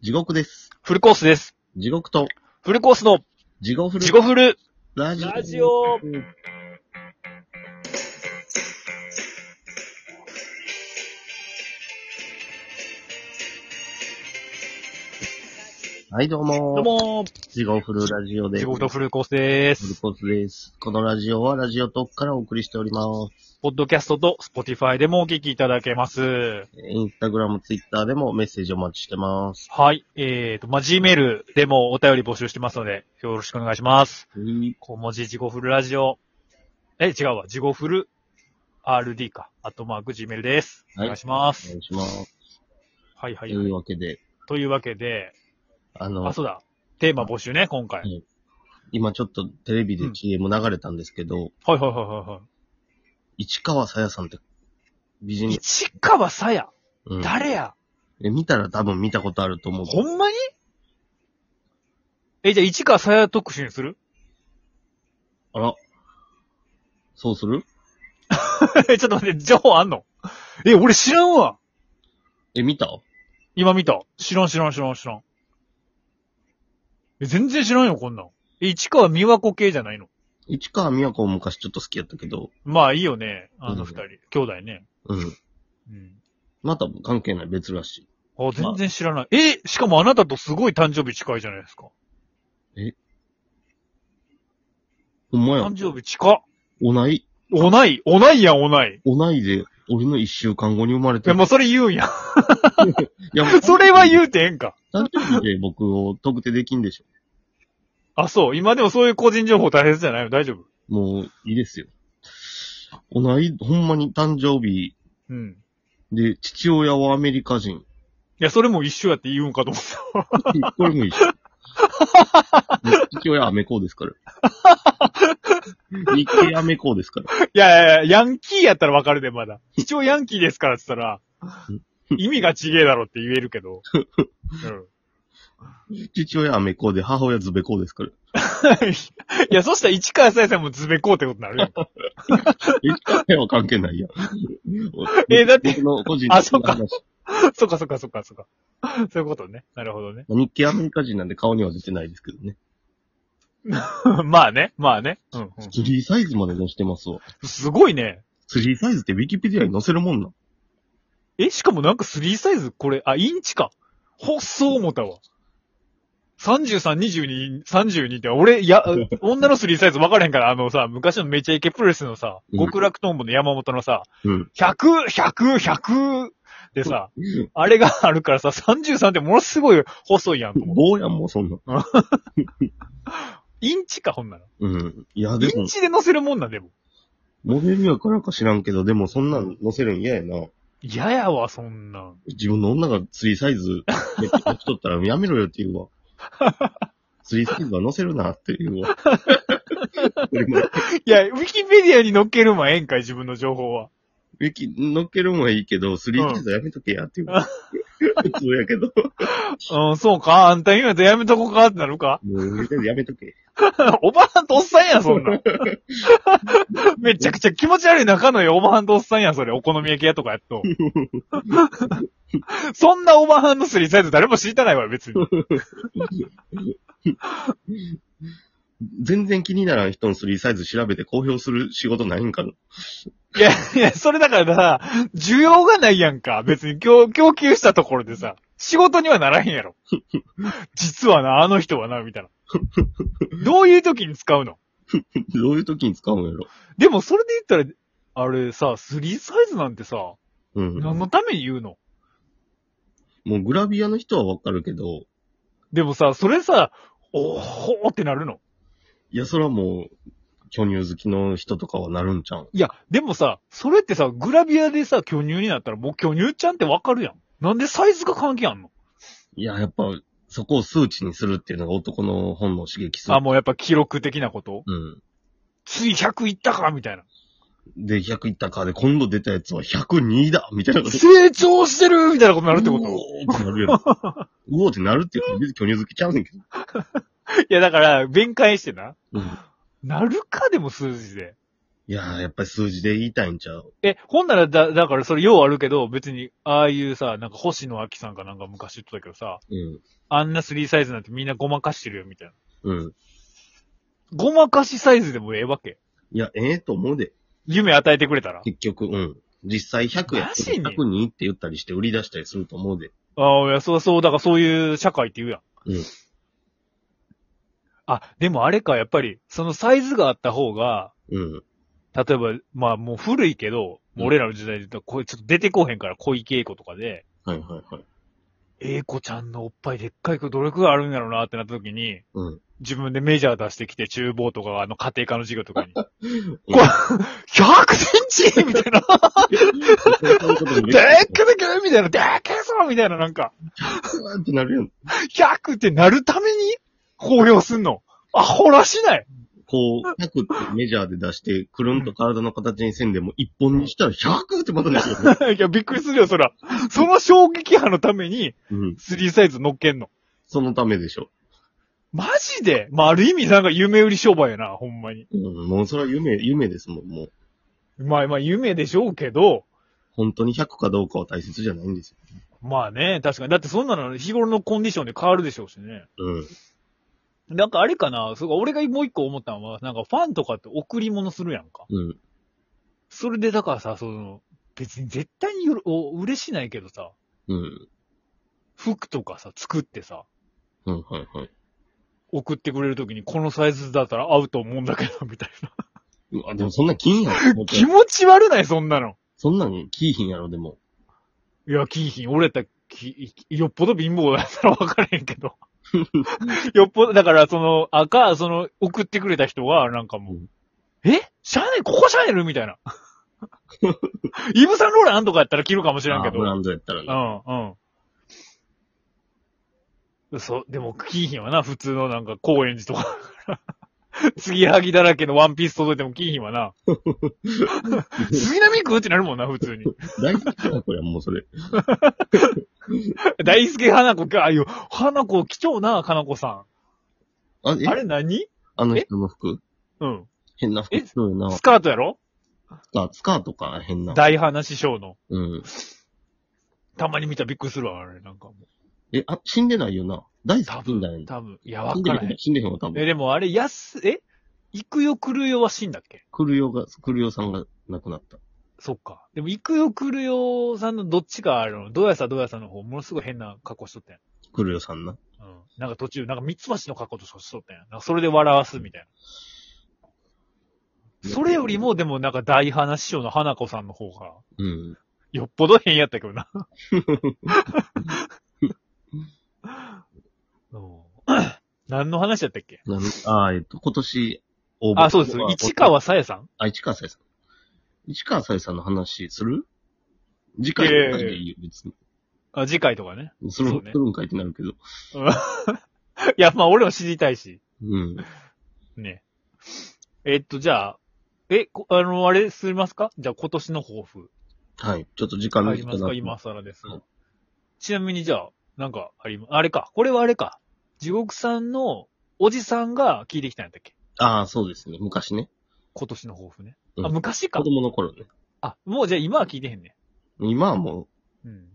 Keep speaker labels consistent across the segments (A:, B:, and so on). A: 地獄です。
B: フルコースです。
A: 地獄と、
B: フルコースの
A: 地獄フル
B: ジゴフル
A: ラジオ。
B: ラジオ。
A: はい、どうも。
B: どうもー、
A: 地獄フルラジオです。
B: ジゴフと
A: フ
B: フルコースで
A: ル
B: す。
A: コースです。このラジオはラジオトークからお送りしております。
B: ポッドキャストとスポティファイでもお聞きいただけます。
A: インスタグラム、ツイッターでもメッセージお待ちしてます。
B: はい。えーと、まあ、Gmail でもお便り募集してますので、よろしくお願いします。
A: はい
B: 小文字ジゴフルラジオ。え、違うわ。ジゴフル RD か。アットマーク Gmail です。お願いしま
A: お
B: す。
A: 願いします。
B: はい、は
A: と
B: い、
A: い。
B: はいう
A: わけで、
B: というわけで、
A: あの
B: あ、、そうだ。テーマ募集ね、今回。
A: はい今ちょっとテレビで
B: うん
A: CM 流れたんですけど、
B: はい、はい、はい、はいは
A: 市川さやさんって美
B: い。
A: 人、
B: 市川さや。
A: うん、
B: 誰や
A: え見たら多分見たことあると思う。
B: ほんまにえ、じゃあ、市川さや特集にす る
A: あら。そうする
B: ちょっと待って、情報あんのえ、俺知らんわ。
A: え、見た
B: 今見た。知らん知らん知らん知らん。え、全然知らんよ、こんなん。え、市川美和子系じゃないの
A: 市川美和子も昔ちょっと好きやったけど、
B: まあ、いいよね。あ
A: う
B: の
A: ん
B: 二人、兄弟ね。
A: うん。
B: うん。
A: また関係ない、別らしい。
B: あ、全然知らない。え、しかもあなたとすごい誕生日近いじゃないですか。
A: ほんまや
B: 誕。生日近っ。
A: おない、
B: おない、おないやん、おない。
A: おないで、俺の一週間後に生まれ
B: い
A: て
B: や、
A: る。
B: もうそれ言うんや。
A: いや、もう
B: それは言うてええんか。
A: 誕生日で僕を特定できんでしょ。
B: あ、そう。今でもそういう個人情報大切じゃないの大丈夫
A: もう、いいですよ。おない、ほんまに誕生日
B: うん。
A: で、父親はアメリカ人。
B: いや、それも一緒やって言うんかと思った。
A: これもいいし。父親はアメコですから。日系アメコですから。
B: いやいやいや、ヤンキーやったらわかるで、まだ。一応ヤンキーですからって言ったら、意味が違えだろって言えるけど。うん、
A: 父親はアメコで、母親ズベコですから。
B: いや、そしたら市川さやさんもズベこうってことになるよ。
A: 一回は関係ないやん。
B: えだって
A: 僕の個人的な話
B: あそっかそっかそっかそっかそっか。そういうことね。なるほどね。
A: 日系アメリカ人なんで顔には出てないですけどね。
B: まあね、まあね、うんう
A: スリーサイズまで載せてますわ。
B: ん。すごいね。
A: スリーサイズってウィキペディアに載せるもんな。
B: え、しかもなんか3サイズ、これ、あ、インチか。ほっそう思ったわ。33、22、32って、俺、 いや、女の3サイズ分からへんから、あのさ、昔のめちゃイケプロレスのさ、
A: うん
B: 極楽トンボの山本のさ、
A: うん。
B: 100、100、100でさ、あれがあるからさ、33ってものすごい細いやんと思う。
A: 坊やんもうそんな。
B: インチか、ほんなら。
A: うん。いや、で
B: イン
A: も、
B: チで乗せるもんなんでも。
A: モデルやからか知らんけど、でもそんなん載せるん嫌やな。
B: 嫌やわ、そんなん。
A: 自分の女がスリーサイズめっちゃ着とったらやめろよって言うわ。スリーサイズは載せるなって言うわ。俺も
B: いや、ウィキペディアに載っけるもん、ええんかい、自分の情報は。
A: ウィキ、乗っけるんはいいけど、スリーサイズはやめとけやっていう。普通やけど。
B: うん、そうか、あんた今でやめとこかってなるか
A: もう、とりあえずやめとけ。
B: おばはんとおっさんやん、そんなん。めちゃくちゃ気持ち悪い仲のいいおばはんとおっさんやん、それ。お好み焼き屋とかやっと。 そんなおばはんのスリーサイズ誰も知りたないわ、別に。
A: 全然気にならん人のスリーサイズ調べて公表する仕事ないんかな。
B: いや、いや、それだからさ、需要がないやんか。別に供供給したところでさ、仕事にはならへんやろ。実はな、あの人はな、みたいな。どういう時に使うの
A: どういう時に使うんやろ。
B: でも、それで言ったら、あれさ、スリーサイズなんてさ、
A: うん。
B: 何のために言うの
A: もうグラビアの人はわかるけど、
B: でもさ、それさ、おーほーってなるの。
A: いや、そらもう、巨乳好きの人とかはなるんちゃうん。
B: いや、でもさ、それってさ、グラビアでさ、巨乳になったらもう巨乳ちゃんってわかるやん。なんでサイズが関係あんの
A: いや、やっぱ、そこを数値にするっていうのが男の本能刺激する
B: あ、。もうやっぱ記録的なこと
A: うん。
B: つい100いったかみたいな。
A: で、100いったかで、今度出たやつは102だみたいなこと。
B: 成長してるみたいなことになるってこ
A: う
B: と
A: おーってなる やろ。うおーってなるっていうか、別に巨乳好きちゃうねんけど。
B: いや、だから、弁解してな。
A: うん。
B: なるかでも数字で。
A: いやー、やっぱり数字で言いたいんちゃう。
B: え、ほんならだ、だからそれようあるけど、別に、ああいうさ、なんか星野明さんかなんか昔言ってたけどさ、
A: うん。
B: あんな3サイズなんてみんなごまかしてるよ、みたいな。
A: うん。
B: ごまかしサイズでもええわけ。
A: いや、ええと思うで。
B: 夢与えてくれたら。
A: 結局、うん。実際100や
B: マジに
A: 102って言ったりして売り出したりすると思うで。
B: ああ、いや、そうそう、だからそういう社会って言うやん。
A: うん
B: あ、でもあれか、やっぱり、そのサイズがあった方が、
A: うん。
B: 例えば、まあもう古いけど、もう俺らの時代で言うと、これちょっと出てこへんから、小池栄子とかで、
A: はいはいはい。
B: 栄子ちゃんのおっぱいでっかい子どれくらいあるんやろうなってなった時に、
A: うん。
B: 自分でメジャー出してきて、厨房とか、あの、家庭科の授業とかに。こ
A: う
B: れ、100センチみたいな。
A: そういうことも
B: でっ
A: できる
B: けでっけみたいな。でっけそうみたいな、なんか、
A: うわーってなるやん。
B: 100ってなるために、公表すんの。アホらしない。
A: こう、100ってメジャーで出して、くるんと体の形にせんでも、一本にしたら100ってまたなるやん。
B: いや、びっくりするよ、そら。その衝撃波のために、
A: うん。
B: 3サイズ乗っけんの。
A: そのためでしょ。
B: マジでまあ、ある意味、なんか夢売り商売やな、ほんまに。
A: うん。もうそれは夢、夢ですもん、もう。
B: まあまあ、夢でしょうけど、
A: 本当に100かどうかは大切じゃないんですよ。
B: まあね、確かに。だってそんなの日頃のコンディションで変わるでしょうしね。
A: うん。
B: なんかあれかな、そうか、俺がもう一個思ったのは、なんかファンとかって贈り物するやんか。
A: うん。
B: それでだからさ、その、別に絶対によろお嬉しないけどさ、
A: うん。
B: 服とかさ、作ってさ、
A: うん、はいはい。
B: 送ってくれるときにこのサイズだったら合うと思うんだけど、みたいう
A: わ、でもそんな金やろ。
B: な。気持ち悪ない、そんなの。
A: そんなん聞いひんやろ、でも。
B: いや、キーヒン、俺やったらき、よっぽど貧乏だったら分からへんけど。 よっぽど、だから、その、赤、その、送ってくれた人が、なんかもう、
A: うん
B: えシャーネル、ここシャーネルみ たいな。イブ・サンローランとかやったら着るかもしれんけ
A: あ
B: ど。
A: ブランドやったらな。
B: うん、うん。そう、でも、着いひんわな、普通のなんか、高円寺とか。 次はぎだらけのワンピース届いても着いひん わな。杉並区ってなるもんな、普通に。
A: 大好きだ、これ、もうそれ。
B: 大輔花子か、あいう、花子貴重な、花子さ
A: あ、
B: ん。あ
A: え、
B: れ何
A: あの人の服
B: うん。
A: 変な服
B: え
A: 着とるな。
B: スカートやろ
A: あスカートか、変な。
B: 大花師匠の。
A: うん。
B: たまに見たらびっくりするわ、あれ、なんかもう。
A: え、あ、死んでないよな。大好
B: 多
A: きだよ
B: 分、
A: ね。
B: 多分。いや、
A: 死
B: わ
A: んで
B: か
A: へ
B: らへ
A: ん
B: ん。
A: 死んでへんわ、多
B: え、
A: 分。
B: でもあれ、やす、え行くよ来るよは死んだっけ
A: クルヨが、クルヨさんが亡くなった。
B: そっか。でも、行くよ来るよさんのどっちかあるの、どやさどやさの方、ものすごい変な格好しとったやん。
A: クルヨさんな。
B: うん。なんか途中、なんか三つ橋の格好とかしとったやん。なんかそれで笑わすみたいな。それよりも、でもなんか大花師匠の花子さんの方が、
A: うん。
B: よっぽど変やったけど な。うん 何の話やったっけ
A: なあ、えっと、今年、応
B: あ、そうです。市。川さやさん
A: あ、市川さやさん。市川さやさんの話する次回
B: いやいやいや
A: でいいよ、別に。
B: あ次回とかね。
A: する、
B: そうんね
A: するんかいってなるけど。
B: うん いや、まあ俺も知りたいし。
A: うん。
B: ね。えっと、じゃあ、え、こあの、あれすりますかじゃあ今年の抱負。
A: はい。ちょっと時間
B: あ
A: できた
B: ります
A: な
B: か。今更ですが
A: うん
B: ちなみにじゃあ、なんかありま、あれか。これはあれか。地獄さんのおじさんが聞いてきたんやったっけ
A: ああ、そうですね。昔ね。
B: 今年の抱負ね。
A: うん
B: あ、昔か
A: 子。供の頃ね。
B: あ、もうじゃあ今は聞いてへんね。
A: 今はも
B: うん。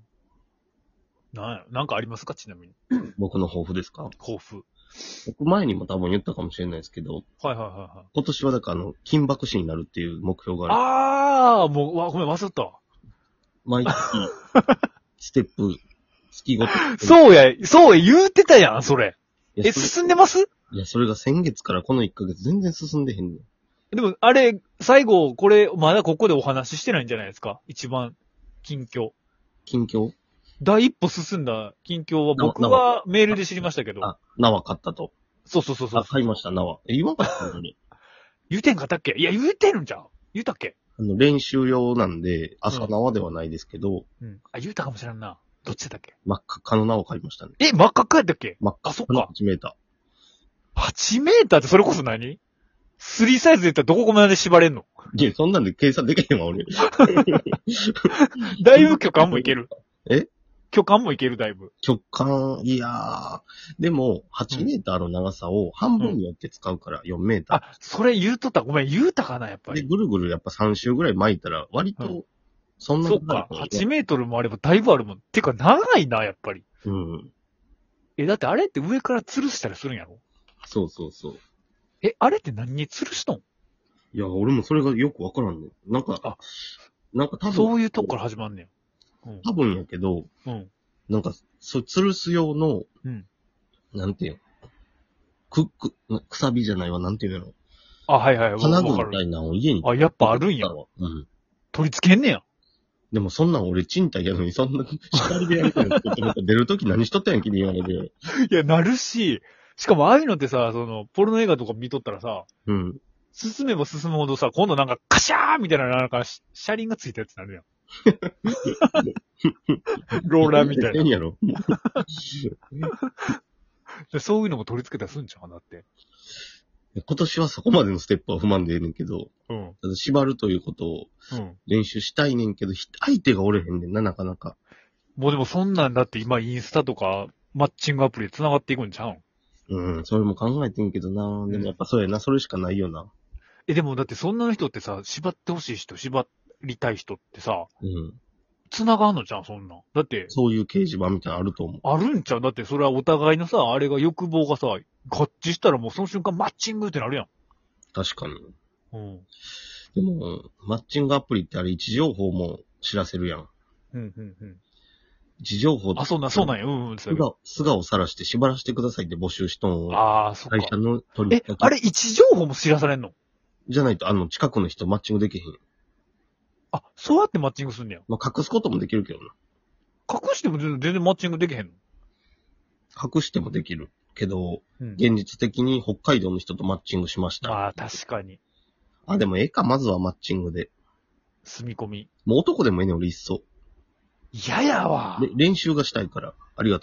B: なんやなんかありますかちなみに。
A: う僕の抱負ですか
B: 抱負。
A: 僕前にも多分言ったかもしれないですけど、
B: はいはいはいはい。
A: 今年はだからあの、金箔師になるっていう目標がある。
B: あー、もう、わ、ごめん、忘れたわ。
A: 毎月、ステップ、月 ごと。
B: そうや、そうや、言うてたやん、それ。
A: い
B: え、
A: や、そ
B: 進んでます
A: れいやそれが先月からこの1ヶ月全然進んでへんねん。
B: でも、あれ、最後、これ、まだここでお話ししてないんじゃないですか一番、近況。
A: 近況
B: 第一歩進んだ近況は、
A: な
B: 僕はメールで知りましたけど。
A: あ、縄買ったと。
B: そうそうそうそ
A: あ、
B: う。
A: 買いました、縄。え、言わんかったのに。
B: 言うてんかったっけいや、言うてるんじゃん。言うたっけ
A: あの、練習用なんで、朝縄ではないですけど、
B: うん。あ、言うたかもしれんな。どっちだっけ
A: 真っ赤っかの縄買いましたね。
B: え、真っ赤っかやったっけ
A: 真っ赤
B: あ、そっ
A: っかの
B: か。
A: 1メーター。
B: 8メーターってそれこそ何 ?3 サイズで言ったらどこまで縛れんの
A: いや、そ んなんで計算できへんわ、俺。
B: だいぶ巨漢もいける。
A: え
B: 巨漢もいける、だいぶ。
A: 極寒、いやー。でも、8メーターの長さを半分に折って使うから、4メータ
B: あ、それ言うとった。ごめん、言うたかな、やっ
A: ー。
B: ぱ
A: で、
B: り。
A: ぐるぐるやっぱ3周ぐらい巻いたら、割と、そんな
B: そ
A: に
B: っか、
A: ない
B: 8メートルもあればだいぶあるもん。てか、長いな、やっぱり。
A: うん。
B: え、だってあれって上から吊るしたりするんやろ
A: そうそうそう。
B: え、あれって何に吊るしとん
A: いや、俺もそれがよくわからんね。なん
B: あ
A: か、なんか多
B: そ
A: 分、
B: ういうとこから始まんねん。
A: 多分やけど、
B: うん。うん。
A: なんか、そ吊るす用の、
B: うん
A: なんていうのく、く、くさびじゃないわ、なんていうの
B: あ、はいはい、わ
A: 金具
B: わか
A: み
B: る
A: た。いなのを家に。
B: あ、やっぱあるんや。
A: うん。
B: 取り付けんねや。
A: でもそんなん俺賃貸やのに、そんな、光でやるからって言っても出るとき何しとったんや、君言われるよ。
B: いや、なるし、しかもああいうのってさ、その、ポルノ映画とか見とったらさ、
A: うん。
B: 進めば進むほどさ、今度なんかカシャーみたいな、なんかし、車輪がついたやつにな るやん。ローラーみたい
A: 何
B: な。
A: やろ。
B: でそういうのも取り付けたりすんじゃん、だって。
A: 今年はそこまでのステップは踏まんでええねんけど、
B: うん。
A: ただ縛るということを
B: うん。
A: 練習したいねんけど、ひ相手がおれへんねんな、なかなか。
B: もうでもそんなんだって今インスタとか、マッチングアプリで繋がっていくんちゃうん
A: うん、それも考えてんけどな。でもやっぱそうやな、それしかないよな。
B: え、でもだってそんな人ってさ、縛ってほしい人、縛りたい人ってさ、
A: うん。
B: 繋がんのじゃん、そんなん。だって、
A: そういう掲示板みたいなのあると思う。
B: あるんちゃうだってそれはお互いのさ、あれが欲望がさ、合致したらもうその瞬間マッチングってなるやん。
A: 確かに。
B: うん。
A: でも、マッチングアプリってあれ位置情報も知らせるやん。
B: うん、うん、うん。
A: 位置情報
B: あ、そうな、そうなんんや。うん、うん。
A: 素
B: そうやけど
A: 顔、素顔さらして縛らしてくださいって募集しとんを、
B: ああ、そっ
A: 会社
B: か。
A: の取り
B: え
A: 引き、
B: あれ位置情報も知らされんの
A: じゃないと、あの、近くの人マッチングできへん。
B: あ、そうやってマッチングすんねや。
A: まあ、隠すこともできるけどな。
B: 隠しても全然全然マッチングできへんの
A: 隠してもできる。けど、
B: うん。
A: 現実的に北海道の人とマッチングしました。
B: ああ、確かに。
A: あ、でもええか、まずはマッチングで。
B: 住み込み。
A: もう男でもええねん、俺いっそ。
B: 嫌やわ。
A: れ練習がしたいから。ありがとう。